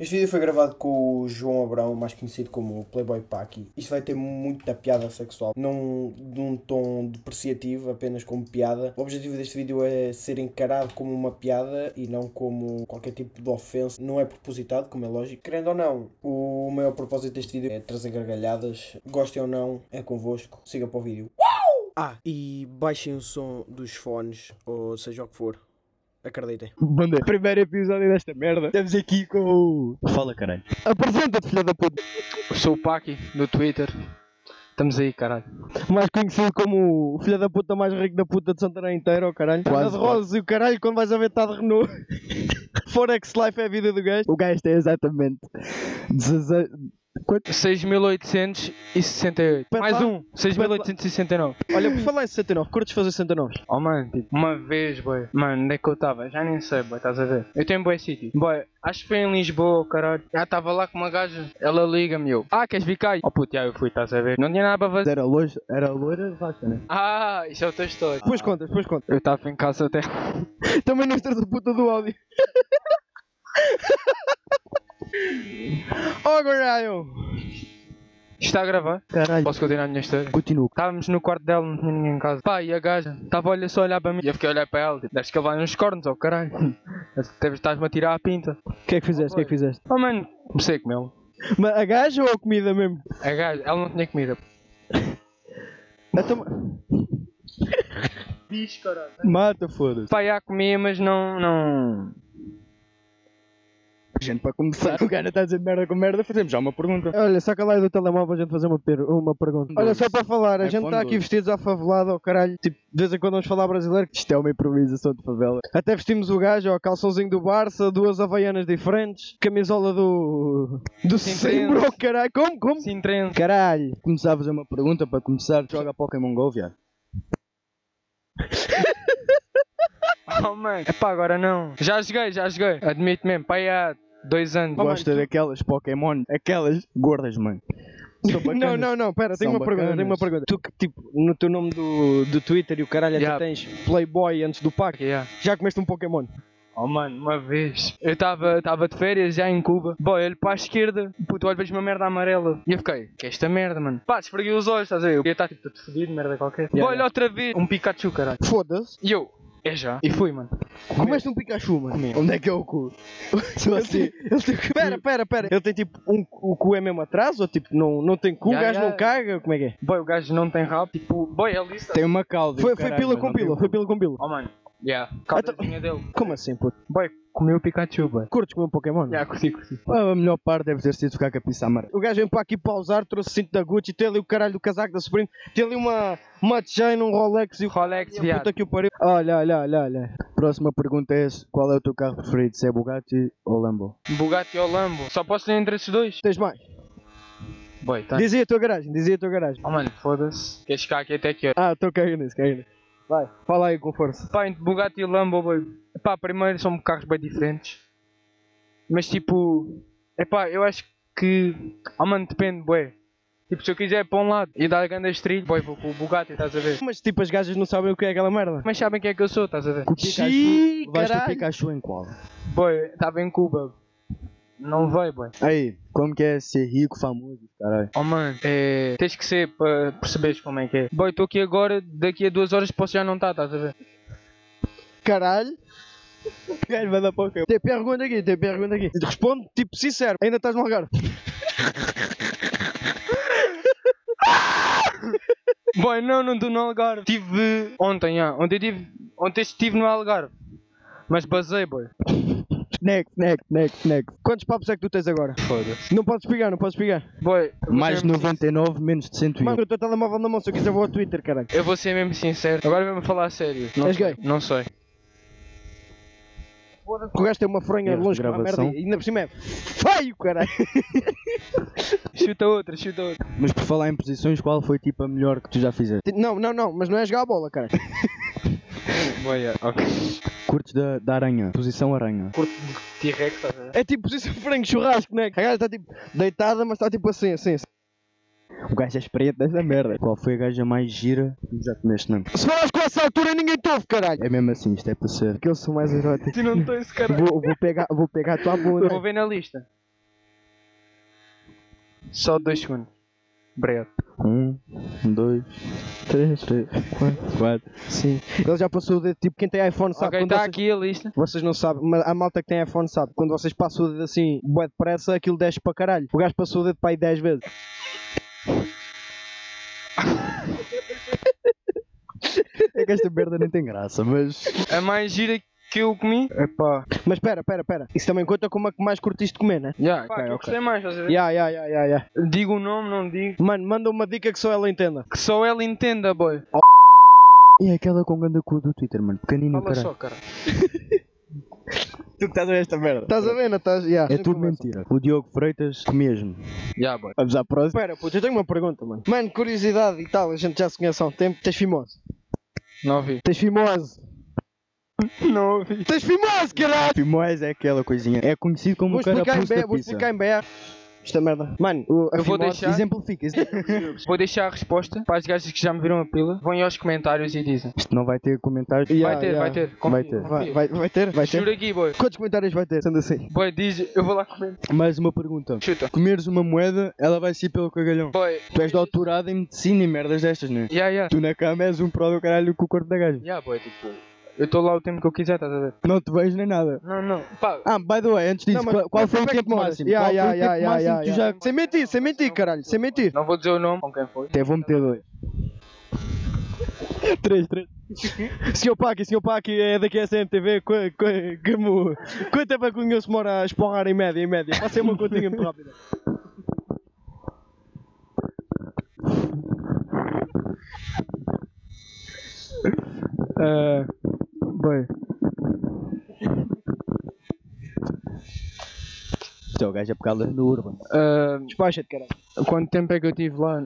Este vídeo foi gravado com o João Abrão, mais conhecido como Playboy Paki. Isto vai ter muita piada sexual, não num tom depreciativo, apenas como piada. O objetivo deste vídeo é ser encarado como uma piada e não como qualquer tipo de ofensa. Não é propositado, como é lógico. Querendo ou não, o maior propósito deste vídeo é trazer gargalhadas. Gostem ou não, é convosco. Siga para o vídeo. Ah, e baixem o som dos fones, ou seja o que for. Acreditem. Bandeira. Primeiro episódio desta merda. Estamos aqui com o. Fala, caralho. Apresenta-te, filha da puta. Sou o Paki, no Twitter. Estamos aí, caralho. Mais conhecido como o filha da puta mais rico da puta de Santarém inteiro, oh, caralho. As rosas e o caralho, quando vais a ver, está de Renault. Forex Life é a vida do gajo. O gajo tem exatamente 16. Quanto? 6.868. Pera Mais lá. um. 6.869. Olha, por falar em 69, curtes fazer 69? Oh, mano, tipo, uma vez, boy. Mano, onde é que eu estava? Já nem sei, boy, estás a ver? Eu tenho boy sítio. Boy, acho que foi em Lisboa, caralho. Já estava lá com uma gaja. Ela liga-me eu. Ah, queres vir cá? Oh, puto, já eu fui, estás a ver? Não tinha nada para fazer. Era loira, era loira, vaca, né? Ah, isso é outra história. Depois contas, depois contas. Eu estava em casa até. Também Então, não estás a puta do áudio. oh, caralho! Está a gravar? Caralho. Posso continuar a minha história? Continuo. Estávamos no quarto dela, não tinha ninguém em casa. Pá, e a gaja estava olha só a olhar para mim. E eu fiquei a olhar para ela, tipo, deves que ele vai nos cornos, oh caralho. Estás-me a tirar a pinta. O que é que fizeste? O que é que fizeste? Oh mano, comecei com ele. Mas a gaja ou a comida mesmo? A gaja, ela não tinha comida. Então... Diz, caralho. Mata, foda-se. Pá, já comia, mas não. não... Gente, para Tá. começar, o cara está a dizer merda com merda, fazemos já uma pergunta. Olha, saca lá do telemóvel a gente fazer uma, per- uma pergunta. Olha, só para falar, a gente está aqui vestidos à favelada, ao caralho. Tipo, de vez em quando vamos falar brasileiro, que isto é uma improvisação de favela. Até vestimos o gajo, ó, calçãozinho do Barça, duas havaianas diferentes, camisola do. do Sim, Simbro, sim. caralho. Como, como? Sim, trens. Caralho. Começar a fazer uma pergunta para começar. Joga Pokémon Go, viado. Oh mano. Epá, agora não. Já joguei, já joguei. Admito mesmo, pá, há dois anos. Gosta daquelas Pokémon, aquelas gordas, mano. São Não, bacanas. não, não, pera, tenho São uma pergunta, tenho uma bacanas. pergunta. Tu que tipo, no teu nome do, do Twitter e o caralho até Yeah. tens Playboy antes do pack, Yeah. já comeste um Pokémon? Oh mano, uma vez eu estava de férias já em Cuba. Boy, olho para a esquerda, puto, olho vejo uma merda amarela. E eu fiquei, que é esta merda, mano? Pá, esfreguei os olhos, estás a ver? Eu ia estar tipo todo fodido, merda qualquer. Boy, olha outra vez, um Pikachu, caralho. Foda-se. E eu, é já. E fui, mano. Comeste um Pikachu, mano. Comi. Onde é que é o cu? Ele assim. tem- ele tem- Então, assim, Pera, pera, pera. Ele tem tipo um. O cu é mesmo atrás? Ou tipo, não, não tem cu, o Yeah, gajo yeah. não caga? Como é que é? Boy, o gajo não tem rabo, tipo, boy, é lista. Tem uma calda. Foi, do foi caralho, pila mas com não tem pila, cu. foi pila com pila. Oh mano, yeah, Então- caldazinha dele. Como assim, puto? Boy, comeu o Pikachu, boy. Curtes comer um Pokémon? Já, curti, curti. Ah, a melhor parte deve ter sido ficar com a pizza amarela. O gajo vem para aqui pausar, trouxe cinto da Gucci, tem ali o caralho do casaco da Supreme, tem ali uma, uma chain, um Rolex e o Rolex, viado. puta que o pariu. Olha, olha, olha, olha. Próxima pergunta é: esse, qual é o teu carro preferido? Se é Bugatti ou Lambo? Bugatti ou Lambo. Só posso ter entre esses dois? Tens mais? Boy, tá. Dizia a tua garagem, dizia a tua garagem. Oh mano, foda-se. Queres ficar aqui até que hora? Ah, estou caindo nisso, caindo. Vai, fala aí com força. Pá, entre Bugatti e Lambo, boy. Pá, primeiro são carros bem diferentes. Mas tipo. Epá, eu acho que. Oh mano, depende, boy. Tipo, se eu quiser para um lado e dar a grande estrilho, boy, vou com o Bugatti, estás a ver? Mas tipo, as gajas não sabem o que é aquela merda. Mas sabem quem é que eu sou, estás a ver? Com o Pikachu. Vais Xiii, com o caralho. Pikachu em qual? Boy, estava em Cuba. Não veio, boy. Aí, como que é ser rico, famoso, caralho? Oh mano, é... tens que ser para perceberes como é que é. Boy, estou aqui agora, daqui a duas horas posso já não estar, estás a ver? Caralho. Gajo, manda para o quê? Tem pergunta aqui, tem pergunta aqui. Responde, tipo, sincero. Ainda estás no Algarve. Boy, não, não estou no Algarve. Tive ontem, ah. Ontem, tive... ontem estive no Algarve. Mas basei, boy. Next, next, next, next. Quantos papos é que tu tens agora? Foda-se. Não podes pegar, não podes pegar. Boy, eu vou Mais ser de mesmo 99, menos de 101. Mano, o teu telemóvel na mão, se eu quiser vou ao Twitter, caralho. sin- Eu vou ser mesmo sincero. Agora mesmo falar a sério. Não És sei. gay? Não sei. O gajo tem uma fronha Erro de longe com a merda gravação. e ainda por cima é feio, caralho. Chuta outra, chuta outra. Mas por falar em posições, qual foi tipo a melhor que tu já fizeste? Não, não, não, mas não é jogar a bola, caralho. Boy, ah, ok. Curtes da, da aranha, posição aranha. Curto T-Rex, tá estás a ver? É tipo posição de frango churrasco, né? A gaja está tipo deitada, mas está tipo assim, assim, assim. O gajo é experiente desta merda. Qual foi a gaja mais gira que tu já comeste, não? Se falas com essa altura, ninguém te ouve, caralho. É mesmo assim, isto é para ser. Que eu sou mais erótico. Se não estou esse cara. Vou, vou pegar, vou pegar a tua bunda. Vou ver na lista. Só dois segundos. Obrigado. Um, dois, três, três, quatro, quatro. Sim. Ele já passou o dedo, tipo, quem tem iPhone sabe Ok, quando está vocês- aqui a lista. Vocês não sabem, mas a malta que tem iPhone sabe. Quando vocês passam o dedo assim, bué depressa, aquilo desce para caralho. O gajo passou o dedo para aí 10 vezes. é que esta merda nem tem graça, mas. A mais gira que eu comi. Epá. Mas espera, espera, espera. Isso também conta como a que mais curtiste de comer, né? Yeah, ok, pá, que eu ok. gostei mais, estás a ver? Ya, ya, ya, ya, ya. Digo o nome, não digo. Mano, manda uma dica que só ela entenda. Que só ela entenda, boy. E é aquela com ganda cu do Twitter, mano. Pequenino, Fala Oh, caralho. só, cara. Tu que estás a ver esta merda. Estás a ver, não estás? Ya. É tudo mentira. O Diogo Freitas mesmo. Yeah, boy. Vamos à próxima. Espera, puto, eu tenho uma pergunta, mano. Mano, curiosidade e tal, a gente já se conhece há um tempo. Tens fimose? Não vi. Tens fimose? Não vi. Tens fimose, caralho! Fimóis é aquela coisa. É conhecido como Vou o cara explicar em pus BR, da vou pizza. explicar em BR. Esta merda. Mano, o, a Eu vou fimose- deixar- Exemplifica. exemplifica. Vou deixar a resposta para as gajas que já me viram a pila. Vão aí aos comentários e dizem. Isto não vai ter comentários. Ya, vai ter, ya. vai ter. Vai confio, ter. Vai, confio. vai, vai ter? Vai ter? Juro aqui, boy. Quantos comentários vai ter? Sendo assim. Boy, diz, eu vou lá comer. Mais uma pergunta. Chuta. Comeres uma moeda, ela vai sair pelo cagalhão. Boy. Tu és doutorado em medicina e merdas destas, não é? Yeah, yeah. Tu na cama és um pró do caralho com o corpo da gaja. Yeah, boy, tipo. Eu estou lá o tempo que eu quiser, estás a ver? Não te vejo nem nada. Não, não. Pá, Ah, by the way, antes disso, Não, mas- qual, qual foi o Como é que tempo moras? máximo? Ya, qual ya, foi o ya, tempo ya, máximo ya, que tu ya. já... Sem mentir, sem mentir, caralho, sem mentir. não vou dizer o nome com quem foi. Até vou meter dois. Três, três. senhor Paqui, senhor Paqui, é daqui a CMTV, qu- qu- como... Quanto tempo é que o senhor se mora a esporrar em média, em média? Passei uma continha muito rápida. Uh, boy. Isto é o gajo a pegar no Urban. Uh, Despacha-te, caralho. quanto tempo é que eu estive lá?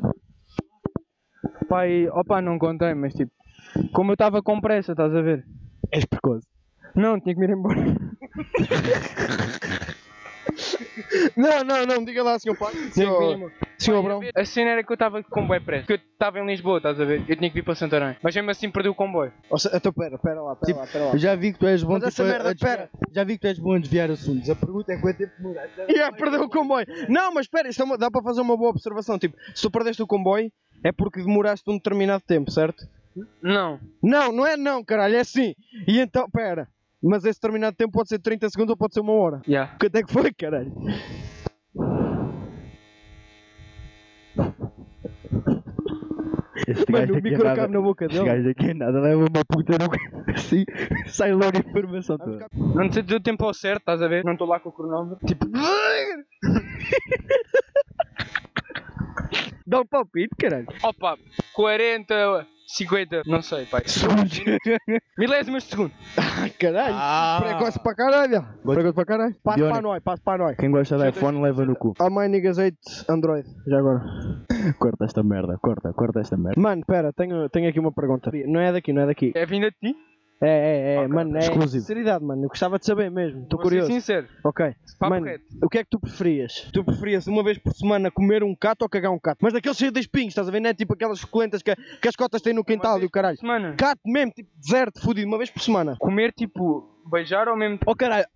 Pai, opa, não contei, mas tipo, como eu estava com pressa, estás a ver? És precoce. Não, tinha que me ir embora. Não, não, não, diga lá, senhor Paqui. Tinha que me ir Senhor, embora. senhor Brão. A cena era que eu estava com bué pressa, que eu estava em Lisboa, estás a ver? Eu tinha que vir para Santarém, mas mesmo assim perdi o comboio. Ou seja, então pera, pera lá, pera lá, pera lá. Eu já vi que tu és bom Mas tipo, essa a- merda, a desviar- Já vi que tu és bom a desviar assuntos. A pergunta é quanto tempo demoraste. E yeah, perdeu o comboio. Não, mas espera, isto é uma- dá para fazer uma boa observação. Tipo, se tu perdeste o comboio, é porque demoraste um determinado tempo, certo? Não, Não, não é não, caralho, é sim. E então, pera. Mas esse determinado tempo pode ser 30 segundos ou pode ser uma hora. já. Quanto é que foi, caralho? Este Mano, gajo o aqui é micro nada- cabe um na boca Este dele. gajo aqui é nada, leva uma puta no assim, sai logo a informação toda. Não te deu tempo ao certo, estás a ver? Não estou lá com o cronómetro. Tipo, Dá um palpite, caralho. opa, 40, 50, não sei, pai. Milésimos de segundo. Caralho. Precoce para caralho. Precoce para caralho. Passa Bionic. para nós, passa para nós. Quem gosta de iPhone leva no cu. Oh my niggas 8 Android, já agora. Corta esta merda, corta, corta esta merda. Mano, pera, tenho, tenho aqui uma pergunta. Não é daqui, não é daqui. É vinda de ti? É, é, é, mano, é Exclusivo. sinceridade, mano. Eu gostava de saber mesmo, estou Vou ser curioso. sincero. Ok. Papo Mano, reto. o que é que tu preferias? Tu preferias uma vez por semana comer um cato ou cagar um cato? Mas daqueles cheios de espinhos, estás a ver? Não é tipo aquelas suculentas que, que as cotas têm no quintal e o caralho. Semana. Cato mesmo, tipo deserto, fudido, uma vez por semana. Comer, tipo, beijar ao mesmo tempo. Oh caralho.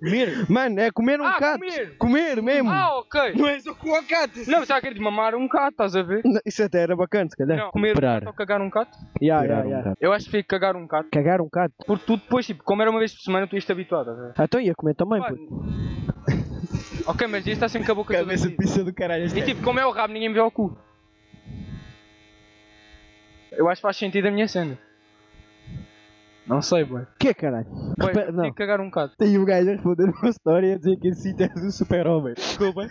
Comer? Mano, é comer um Ah, cato. comer. mesmo. Ah, ok. Hum. Não é és o cu ao cato. Isso... Não, já queria mamar um gato, estás a ver? Não, isso até era bacana, se calhar. Não, comer um Parar. gato ou cagar um gato? Ah, Ya, Tirar ya, um ya. bocado. Eu acho que fico cagar um gato. Cagar um cato. Porque tu depois, tipo, como era uma vez por semana, tu ias-te habituado, estás a ver? Ah, Então ia comer também, Pá, puto. ok, mas isso está sempre com a boca toda fodida. pizza do caralho. E tipo, como é o rabo, ninguém me vê o cu. Eu acho que faz sentido a minha cena. Não sei, boy. Que é, caralho? Boy, Repara- tenho que cagar um bocado. Tem o gajo a responder uma história e a dizer que esse sítio é do super-homem. Desculpa.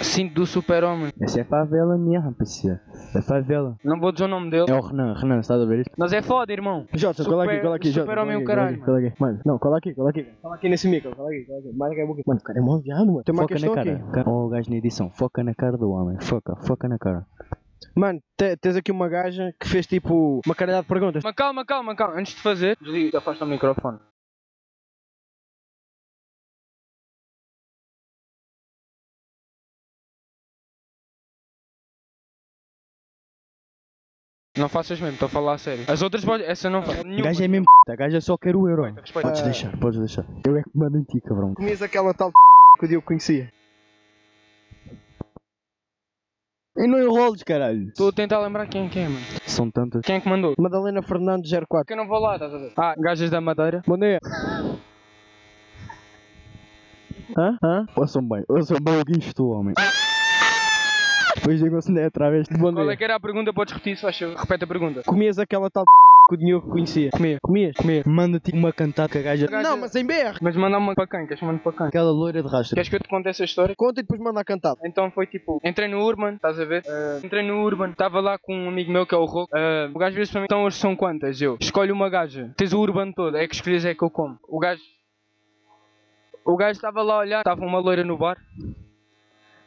Cinto do super-homem. Essa é a favela mesmo, PC. É favela. Não vou dizer o nome dele. É o Renan, Renan, estás a ver isto? Mas é foda, irmão. Jota, cola aqui, Super- cola aqui, Jota. super-homem é um cola o aqui, cola caralho, aqui, cola é- aqui. Mano, não, cola aqui, cola aqui. Cola aqui nesse micro, cola aqui, cola aqui. Marca a boca. Mano, o cara é mó viado, mano. Tem uma Foca na questão cara. aqui. Ca- Ó, o gajo na edição, foca na cara do homem. Foca, foca na cara. Mano, te- tens aqui uma gaja que fez tipo uma caralhada de perguntas. Mas calma, calma, calma. Antes de fazer, desliga, afasta o microfone. Não faças mesmo, estou a falar a sério. As outras, boy, essa não faz. O Nenhuma. gajo é mesmo c****, a gaja só quer o euro. Respeita. Ah, Podes deixar, podes deixar. Eu é que mando em ti, cabrão. Comias aquela tal que eu conhecia. E não enroles, caralho. Estou a tentar lembrar quem é que é, mano. São tantas. Quem é que mandou? Madalena Fernandes 04. Porque eu não vou lá, estás a ver? Ah, gajas da Madeira. Bom dia. Hã? Hã? Ouçam bem, ouçam bem o que estou, homem. Depois digam se não é através de bom Qual é dia. que era a pergunta? Podes repetir, se faz favor. Repete a pergunta. Comias aquela tal que o Diogo conhecia. Comia. Comias? Comia. Manda-te tipo, uma cantada que a gaja. Gaja- Não, mas em BR. Mas manda uma para quem? Queres mandar para quem? Aquela loira de rastro. Queres que eu te conte essa história? Conta e depois manda a cantada. Então foi tipo, entrei no Urban, estás a ver? Eh, entrei no Urban, estava lá com um amigo meu que é o Roco. Eh, o gajo vira-se para mim, então hoje são quantas? Eu escolho uma gaja, tens o Urban todo, é que escolhes é que eu como. O gajo. O gajo estava lá a olhar, estava uma loira no bar.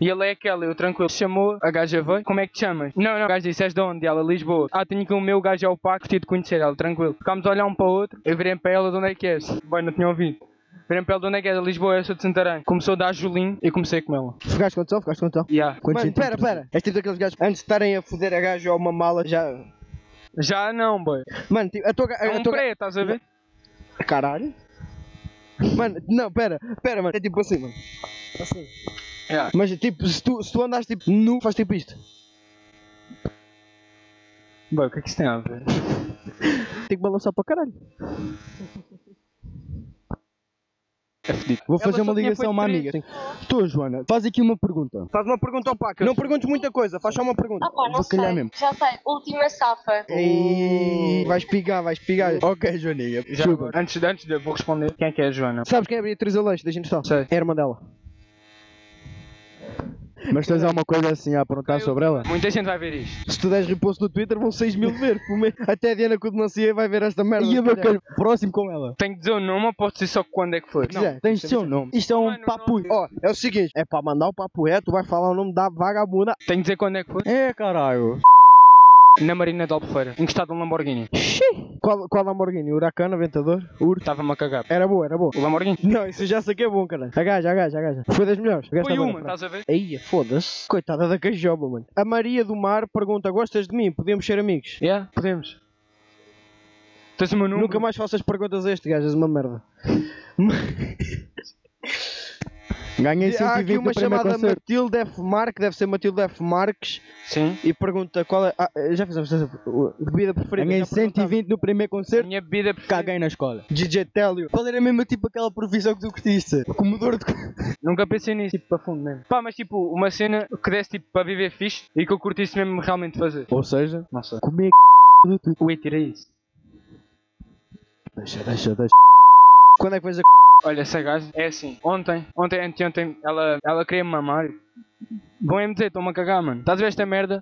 E ela é aquela, eu tranquilo. Chamou, a gaja veio. Como é que te chamas? Não, não. O gajo disse, és de onde? Ela, Lisboa. Ah, tenho que o meu gajo é o Paco, tive de conhecer ela, tranquilo. Ficámos a olhar um para o outro. Eu virei para ela, de onde é que és? Bem, não tinha ouvido. Virei para ela, de onde é que és? Lisboa, eu sou de Santarém. Começou a dar Julinho e comecei com ela. Ficaste com tesão, ficaste com tesão. Yeah. Quantos Mano, centímetros? pera, pera. És tipo daqueles gajos, antes de estarem a foder a gajo ou uma mala, já... Já não, boy. Mano, tipo, a tua... ga- É A, um tua... ga- pré, estás a ver? Caralho. Mano, não, pera, pera, mano. É tipo assim, mano. Assim. Yeah. Mas tipo, se tu, se tu andas tipo nu, faz tipo isto. Boy, o que é que isso tem a ver? Tem que balançar para caralho. É fedido. Vou Ela fazer uma só tinha ligação a uma feito amiga. Estou, Joana. Faz aqui uma pergunta. Faz uma pergunta ao Paco. Não perguntes muita coisa, faz só uma pergunta. Ah pá, não Vou sei. calhar mesmo. É. Já sei, última safa. Oh. Ei, vais pigar, vais pigar. Ok, Joaninha. Já Desculpa. agora, antes, de- antes de eu vou responder, quem é que é a Joana? Sabes quem é a Beatriz Aleixo da Genital? Sei. É a irmã dela. Mas tens alguma coisa assim a perguntar sobre ela? Muita gente vai ver isto. Se tu deres reposto no Twitter, vão 6 mil ver. pelo menos. Até a Diana Codenancia vai ver esta merda. E eu se meu calhar. quero próximo com ela. Tenho que dizer o nome ou posso dizer só quando é que foi? Não. Tens de ser o nome. Isto é um Mano, papo. não. Ó, é o seguinte: é para mandar o papo reto, tu vai falar o nome da vagabunda. Tenho que dizer quando é que foi? É, caralho. Na Marina de Albufeira, encostado a um Lamborghini. Qual, qual Lamborghini? Huracan, Aventador? Urto. Estava-me a cagar. Era boa, era boa. O Lamborghini? Não, isso eu já sei que é bom, caralho. A gaja, a gaja, a gaja. Foi das melhores. A gaja Foi tá bem uma, na frente. estás a ver? Aí, tá- foda-se. Coitada da cajoba, mano. A Maria do Mar pergunta: Gostas de mim? Podemos ser amigos? Yeah, podemos. Tens o meu número? Nunca mais faças perguntas a este gajo, és uma merda. Ganhei Há aqui 120 uma no primeiro chamada concerto. Matilde F. Marques, deve ser Matilde F. Marques, Sim. e pergunta qual é. Ah, já fizemos essa o- bebida preferida. Ganhei já perguntava. 120 no primeiro A concerto. minha é bebida preferida. Caguei na escola. DJ Télio. Qual era mesmo tipo aquela profissão que tu curtiste? Comedor de. Nunca pensei nisso, tipo, para fundo mesmo. Pá, mas tipo, uma cena que desse tipo para viver fixe e que eu curtisse mesmo realmente fazer. Ou seja, Não sei. comer a c do tu. Ui, tira isso. Deixa, deixa, deixa. Quando é que vais a. Olha, essa gaja é assim. Ontem, ontem, anteontem, ela, ela queria-me mamar. Vão me dizer, estou-me a cagar, mano. Estás a ver esta merda?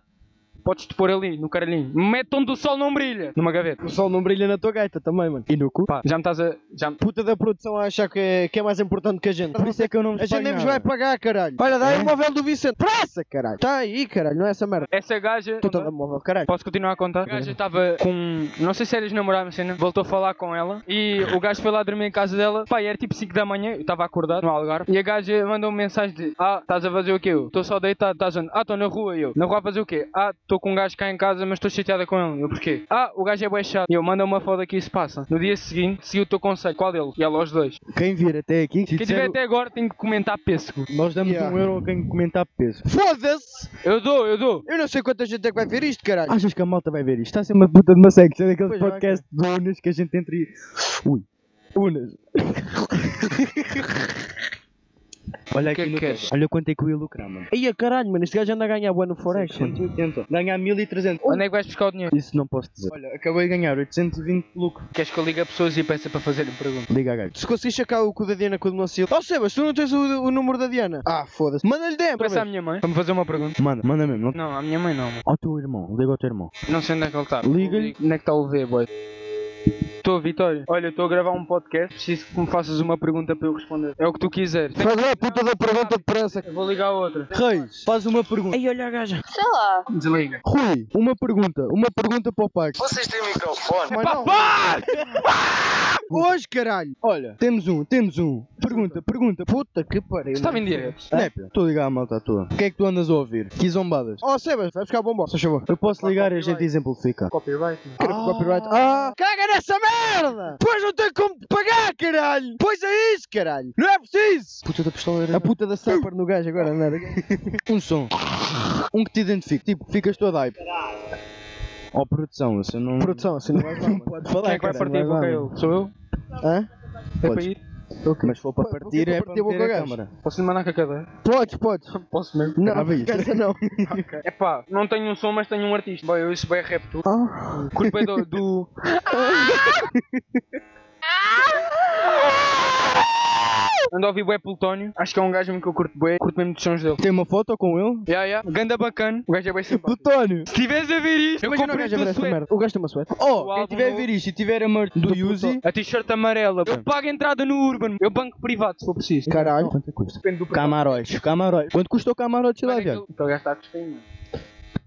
Podes-te pôr ali, no caralhinho. Mete onde o sol não brilha. Numa gaveta. O sol não brilha na tua gaita também, mano. E no cu? Pá, já me estás a... Já me... Puta da produção a achar que é, que é mais importante que a gente. Por isso é que eu não A gente nem vos vai pagar, caralho. É? Olha, dá aí o móvel do Vicente. Praça, caralho. Tá aí, caralho. Não é essa merda. Essa gaja... Puta da móvel, caralho. Posso continuar a contar? A gaja estava com... Não sei se eras namorado, mas cena. Voltou a falar com ela. E o gajo foi lá dormir em casa dela. Pá, e era tipo 5 da manhã. Eu estava acordado no Algarve. E a gaja mandou uma mensagem de... Ah, estás a fazer o quê? Estou só deitado. Estás onde? Ah, estou na rua. E Eu. Na rua a fazer o quê? Ah, estou com um gajo cá em casa, mas estou chateada com ele. Eu porquê? Ah, o gajo é bué chato. E eu mando uma foto aqui e se passa. No dia seguinte, segui o teu conselho. Qual dele? E ela aos dois. Quem vir até aqui, Quem tiver até agora tem que comentar pêssego. nós damos Yeah. um euro a quem comentar peso. Foda-se! Eu dou, eu dou. Eu não sei quanta gente é que vai ver isto, caralho. Achas que a malta vai ver isto? Está a ser uma puta de uma seca, sendo aqueles Pois vai, podcasts de Unas que a gente entra e. Ui, Unas. Olha que é aqui que no queres? Olha quanto é que eu ia lucrar, mano. Aí, caralho, mano. Este gajo anda a ganhar boa no Forex, mano. 180. Ganhar 1300. Onde é que vais buscar o dinheiro? Isso não posso dizer. Olha, acabei de ganhar 820 de lucro. Queres que eu ligue a pessoas e peça para fazerem perguntas? Liga a gajo. Se conseguires sacar o cu da Diana com o Democil. Ó, Sebas, tu não tens o, o número da Diana? Ah, foda-se. Manda-lhe DM, Peça à outra vez. minha mãe para me fazer uma pergunta. Manda, manda mesmo. Não... Não, à minha mãe não. Ao teu irmão, liga ao teu irmão. Não sei onde é que ele está. Liga-lhe. né? Onde é que está o V, boy? Estou, Vitória. Olha, estou a gravar um podcast. Preciso que me faças uma pergunta para eu responder. É o que tu quiseres. Faz lá a puta da pergunta depressa. Eu vou ligar a outra. Reis, faz uma pergunta. Ei, olha a gaja. Sei lá. Desliga. Rui, uma pergunta. Uma pergunta para o Paco. Mas não. Hoje, caralho! Olha, temos um, temos um. Pergunta, pergunta. Puta que pariu. Estava em direto. Snap, estou a ligar à malta à tua. O que é que tu andas a ouvir? Que zombadas. Oh, Sebas, vai buscar a bomba, se favor. Eu posso ligar e a gente exemplifica. Copyright. Quero que copyright. Ah, caga nessa merda! Pois não tem como te pagar, caralho! Pois é isso, caralho! Não é preciso! Puta da pistoleira. A puta da sniper no gajo agora, não era? um som. Um que te identifique. Tipo, ficas todo hype. Ó, produção, você não. Produção, assim não vais Não pode falar, Quem é que vai caralho, partir a não boca? vais é lá, eu? Sou eu? mano. Hã? É para Podes. ir? Mas se for para Pô, vou partir, é para partir a boca meter a ao gajo. câmara. Posso lhe mandar com a cadeira? Podes, podes. Posso mesmo. Não, Grava isto. essa não. É pá, não tenho um som, mas tenho um artista. Boy, eu isso bem rap tu. Ah. Culpa é do. do... Ando a ouvir bué Plutónio. Acho que é um gajo mesmo que eu curto bué. Curto mesmo dos sons dele. Tem uma foto com ele? Ya, ya. Ganda bacana. O gajo é bem simpático. Plutónio! Se tivesse a ver isto, eu Imagina o comprei gajo a a ver tua esta suéte. merda. O gajo tem uma suéte. O Oh, álbum quem tiver a novo. ver isto e tiver a merda do Yuzi... A t-shirt amarela. Eu pago a entrada no Urban. Eu banco privado se for preciso. Caralho. Quanto é que custa? Depende do preço. Camaróis, camaróis. Quanto custou o camarote lá, viado? Então já está a cuspir, mano.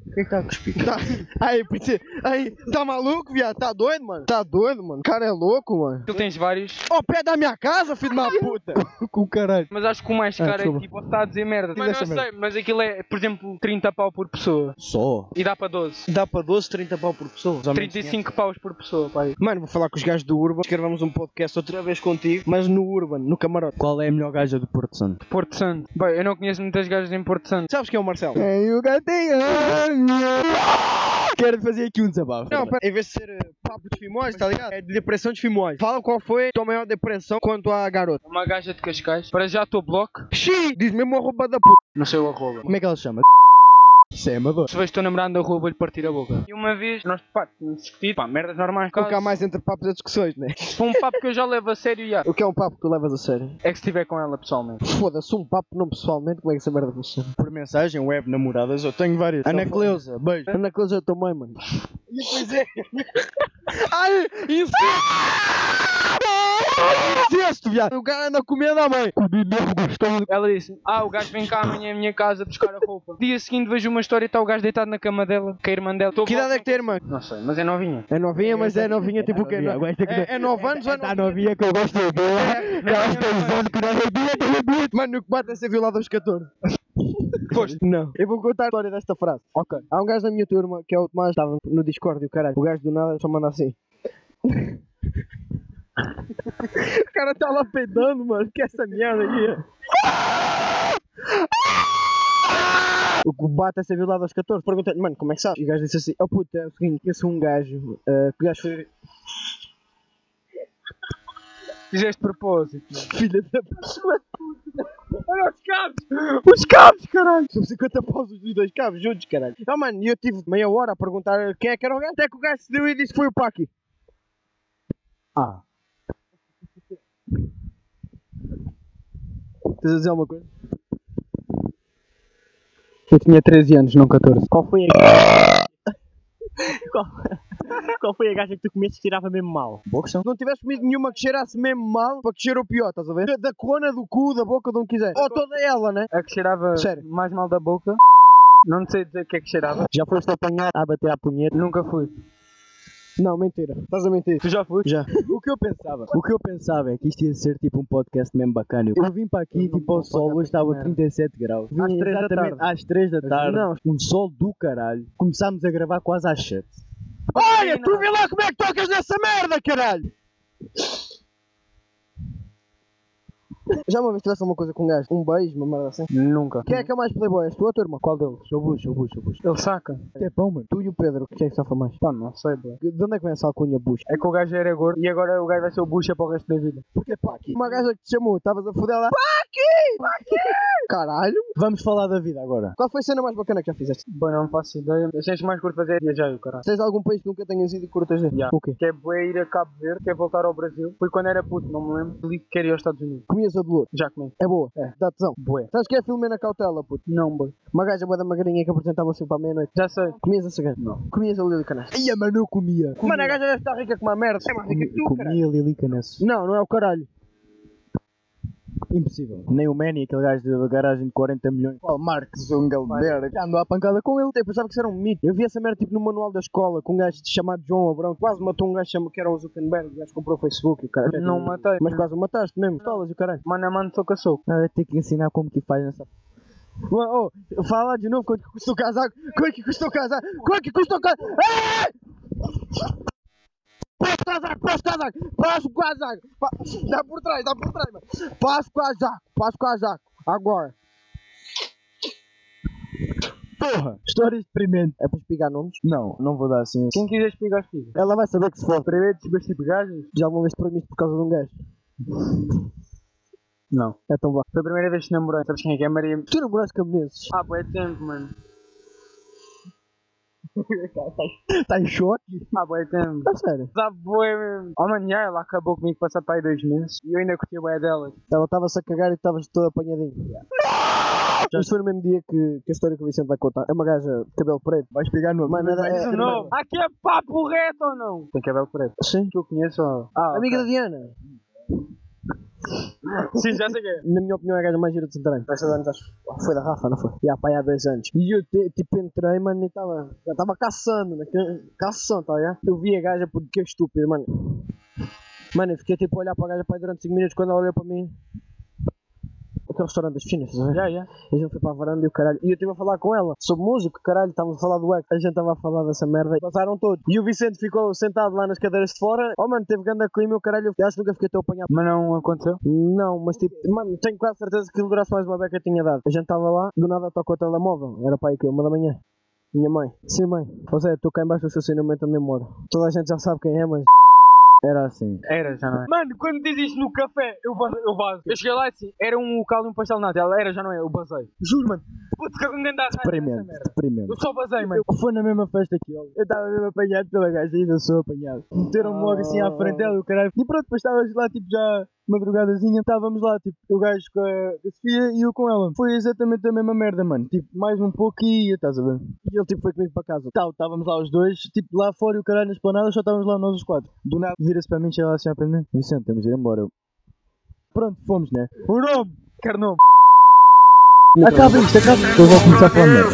O que é que está a cuspir? Tá, aí, putz, aí, tá maluco, viado? Tá doido, mano? Tá doido, mano? O cara é louco, mano. Tu tens vários. Ó, pé da minha casa, filho de uma puta. Com o caralho. Mas acho que o mais Ah, caro é desculpa. tipo, está a dizer merda. Mas Mas não não sei, mas aquilo é, por exemplo, 30 pau por pessoa. Só. E dá para 12. Dá para 12, 30 pau por pessoa. 35 paus por pessoa, pai. Mano, vou falar com os gajos do Urban. Escrevemos um podcast outra vez contigo, mas no Urban, no camarote. Qual é a melhor gaja do Porto Santo? Porto Santo. Bem, eu não conheço muitas gajas em Porto Santo. Sabes quem é o Marcelo? É o gatinho. Quero fazer aqui um desabafo. Não, pera, em vez de ser eh, papo de fimose, tá ligado? É de depressão de fimose. Fala qual foi a tua maior depressão quanto à garota. É Uma gaja de Cascais. Para já estou bloco. Xi! Diz mesmo a roupa da puta. Não sei o arroba. Como é que ela se chama? Isso é amador. Se vejo teu namorado na rua, vou-lhe partir a boca. E uma vez, nós, pá, tínhamos discutido, pá, merdas normais. Colocar mais entre papos e discussões, né? Foi um papo que eu já levo a sério, já. O que é um papo que tu levas a sério? É que se estiver com ela pessoalmente. Foda-se, um papo não pessoalmente, como é que essa merda funciona? Por mensagem, web, namoradas, eu tenho várias. Ana Cleusa, beijo. Ana Cleusa é tua mãe, mano. E pois é. Ai, isso! Ah! Incesto, viado. O cara anda comendo a mãe. Ela disse Ah, o gajo vem cá amanhã à minha casa buscar a roupa. Dia seguinte vejo uma história e está o gajo deitado na cama dela, com a irmã dela. Tô Que idade é que tem, irmã? Não sei, mas é novinha. É novinha, mas é novinha tipo o quê? novinha, No- agora tem que- É, é nove anos ou é Está novinha? novinha que eu gosto de ver. Que ela está usando que não é bebida. Mano, o que bate é ser violado aos 14. Foste. Não. Eu vou contar a história desta frase. Ok. Há um gajo da minha turma, que é o Tomás, estava no Discord e o caralho. O gajo do nada só manda assim. o cara tá lá peidando, mano. Que é essa merda aí. O que bate é ser violado aos 14. Perguntei, mano, como é que sabes? E o gajo disse assim: Oh puta, é o seguinte, eu sou um gajo. ah, que o gajo foi Fizeste propósito. filha da pessoa. Olha os cabos! Os cabos, caralho! São 50 paus os dois cabos juntos, caralho. Não, mano, e eu tive meia hora a perguntar quem é que era o gajo. Até que o gajo se deu e disse foi o Paki. Ah, Estás a dizer alguma coisa? Eu tinha 13 anos, não 14. Qual foi a. Qual... Qual foi a gaja que tu comeste que tirava mesmo mal? boa questão. Se não tivesse comido nenhuma que cheirasse mesmo mal, para que cheirou pior, estás a ver? Da, da cona, do cu, da boca, de onde quiser. Ou toda ela, né? A É que cheirava Sério? mais mal da boca. Não sei dizer o que é que cheirava. Já foste apanhado a bater a punheta? Nunca fui. Não, mentira. Estás a mentir. Tu já foste? Já. O que eu pensava? O que eu pensava é que isto ia ser tipo um podcast mesmo bacana. Eu vim para aqui, tipo, ao sol, hoje estava 37 graus. Vim Às três da exatamente tarde. às 3 da tarde. Não. Um sol do caralho. Começámos a gravar quase às 7. Olha, tu vê lá como é que tocas nessa merda, caralho! Já uma vez tivesse alguma coisa com um gajo? Um beijo, uma merda assim? Nunca. Quem é que é mais playboy? És tu ou a tua irmã? Qual deles? Eu bucho, eu bucho, eu bucho. Ele saca? É bom, mano. Tu e o Pedro, quem é que safa mais? Pá, não sei, bro. De onde é que vem essa alcunha bucha? É que o gajo era gordo e agora o gajo vai ser o bucha para o resto da vida. Porque pá, aqui. Uma gaja que te chamou, estavas a foder lá. Pá, aqui! Pá, aqui! Caralho! Vamos falar da vida agora. Qual foi a cena mais bacana que já fizeste? Bom, não faço ideia. As cenas mais curto fazer é viajar, o caralho. Tens algum país que nunca tenhas ido e curtas de? Já. O quê? Que é bué ir a Cabo Verde, que é voltar ao Brasil. Foi quando era puto, não me lembro. Li que queria ir aos Estados Unidos. Comias a dolor. Já comi. É boa. É. Dá tesão. Bué. Sabes que é a Filomena Cautela, puto? Não, boi. Uma gaja boa da magrinha que apresentava sempre à meia-noite. Já sei. Comias essa gaja? Não. Comias a Lili Canastra? Ia, mano, eu comia. Mano, a gaja deve estar rica como a merda. É mais rica que tu, caralho. Comia lilica nesse. Não, não é o caralho. Impossível. Nem o Manny, aquele gajo da garagem de 40 milhões. Oh, Mark Zungelberg. Já andou à pancada com ele. Eu pensava que isso era um mito. Eu vi essa merda tipo no manual da escola com um gajo chamado João Abrão. Quase matou um gajo chama- que era o Zuckerberg. O gajo comprou o Facebook e o cara. Não matei. Mas quase o mataste mesmo. Tolas e o caralho. Mano a mano, soco a soco. Ah, eu tenho que ensinar como que faz nessa. Oh, oh, fala de novo quanto que custou o casaco? Quanto que custou o casaco? Quanto que custou o casaco? Ah! Passa o casaco, passa o casaco, passa o casaco. Pa- Dá por trás, dá por trás, mano. Passa o casaco, passa o casaco. Agora. Porra! Histórias deprimente. É para explicar nomes? Não, não vou dar assim. Quem quiser explicar as filhas. Ela vai saber que se for. Primeiro desgosto de gajos. Já alguma vez para mim por causa de um gajo? Não. É tão bom. Foi a primeira vez que namorei. Sabes quem é que é? Maria. Tu namoraste camponeses? Ah, boé tempo, mano. Está Tá em choque? Ah, boé tempo. Está sério? Sabe, boé mesmo. Oh, mano, já, ela acabou comigo passar para aí dois meses. E eu ainda curti a boé dela. Ela estava-se a cagar e estavas todo apanhadinho. Mas foi no mesmo dia que, que a história que o Vicente vai contar. É uma gaja de cabelo preto. Vais pegar no Mano, era, Mas é- de novo. Aqui é papo reto ou não? Tem cabelo preto. Sim. Que eu conheço. ó. Ah, Amiga da Diana. ok. Sim, já sei quem é. Na minha opinião, é a gaja mais gira de Santarém. Essa anos, acho. Foi da Rafa, não foi? E há pai há 10 anos. E eu, te- tipo, entrei, mano, e estava. Estava caçando, né? Ca- Caçando, tá ligado? Eu vi a gaja porque é estúpido, mano. Mano, eu fiquei tipo a olhar para a gaja pai durante 5 minutos quando ela olhou para mim. Aquele restaurante das tá Chinas, estás a ver? Já, já. A gente foi para a varanda e o caralho. E eu estive a falar com ela sobre música, caralho. Estávamos a falar do eco. A gente estava a falar dessa merda. Passaram todos. E o Vicente ficou sentado lá nas cadeiras de fora. Oh, mano, teve grande clima e o caralho. Eu acho que nunca fiquei tão apanhado. Mas não aconteceu? Não, mas tipo, mano, tenho quase certeza que ele durasse mais uma beca eu tinha dado. A gente estava lá, do nada toca o telemóvel. Era para aí que uma da manhã. Minha mãe. Sim, mãe. Ou seja, estou cá embaixo do estacionamento onde eu moro. Toda a gente já sabe quem é, mas. Era assim. Era, já não é. Mano, quando diz isto no café, eu vazo. Eu, vazo. eu cheguei lá e assim, era um local e um pastel nada. Ela era, já não é, eu basei. Juro, mano. Puta, que um grande arraio Deprimente, dessa merda. deprimente. Eu só basei, mano. Foi na mesma festa que eu. Eu estava mesmo apanhado pela gaja, ainda sou apanhado. Meteram-me logo assim Ah. à frente dela, o caralho. E pronto, depois estavas lá, tipo, já madrugadazinha, estávamos lá, tipo, o gajo com a com a Sofia e eu com ela. Foi exatamente a mesma merda, mano. Tipo, mais um pouco e ia, estás a ver? E ele, tipo, foi comigo para casa. Tal, estávamos lá os dois, tipo, lá fora e o caralho na esplanada, só estávamos lá nós os quatro. Do nada, vira-se para mim e chega lá assim a aprender. Vicente, temos de ir embora. Eu, Pronto, fomos, né? O nome! Quero nome! Acaba isto, acaba isto. Eu vou começar a falar merda.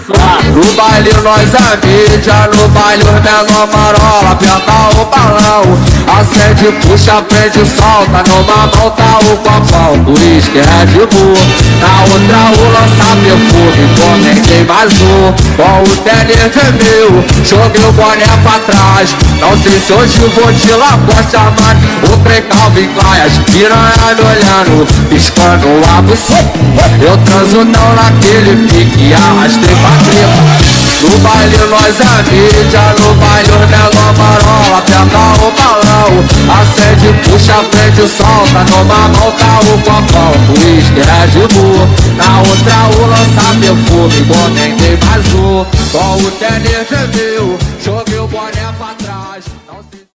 No baile nós é mídia, no baile o menor marola, aperta o balão. Acende, puxa, prende, solta, numa mão tá o copão, o uísque é Red Bull. Na outra o lança perfume, comentei mais um, com o tênis é meu, joguei o boné pra trás. Não sei se hoje vou de lagosta, mas o precalvo em claias, piranha me olhando, piscando a buceta. Eu transo não naquele pique, arrastei pra cima. No baile nós é mídia, no baile o negócio marola, aperta o balão. Acende, puxa, prende, solta, numa mão tá o copão. Uísque é de boa, na outra o lança perfume, comentei mais um. Com o tênis de mil, joga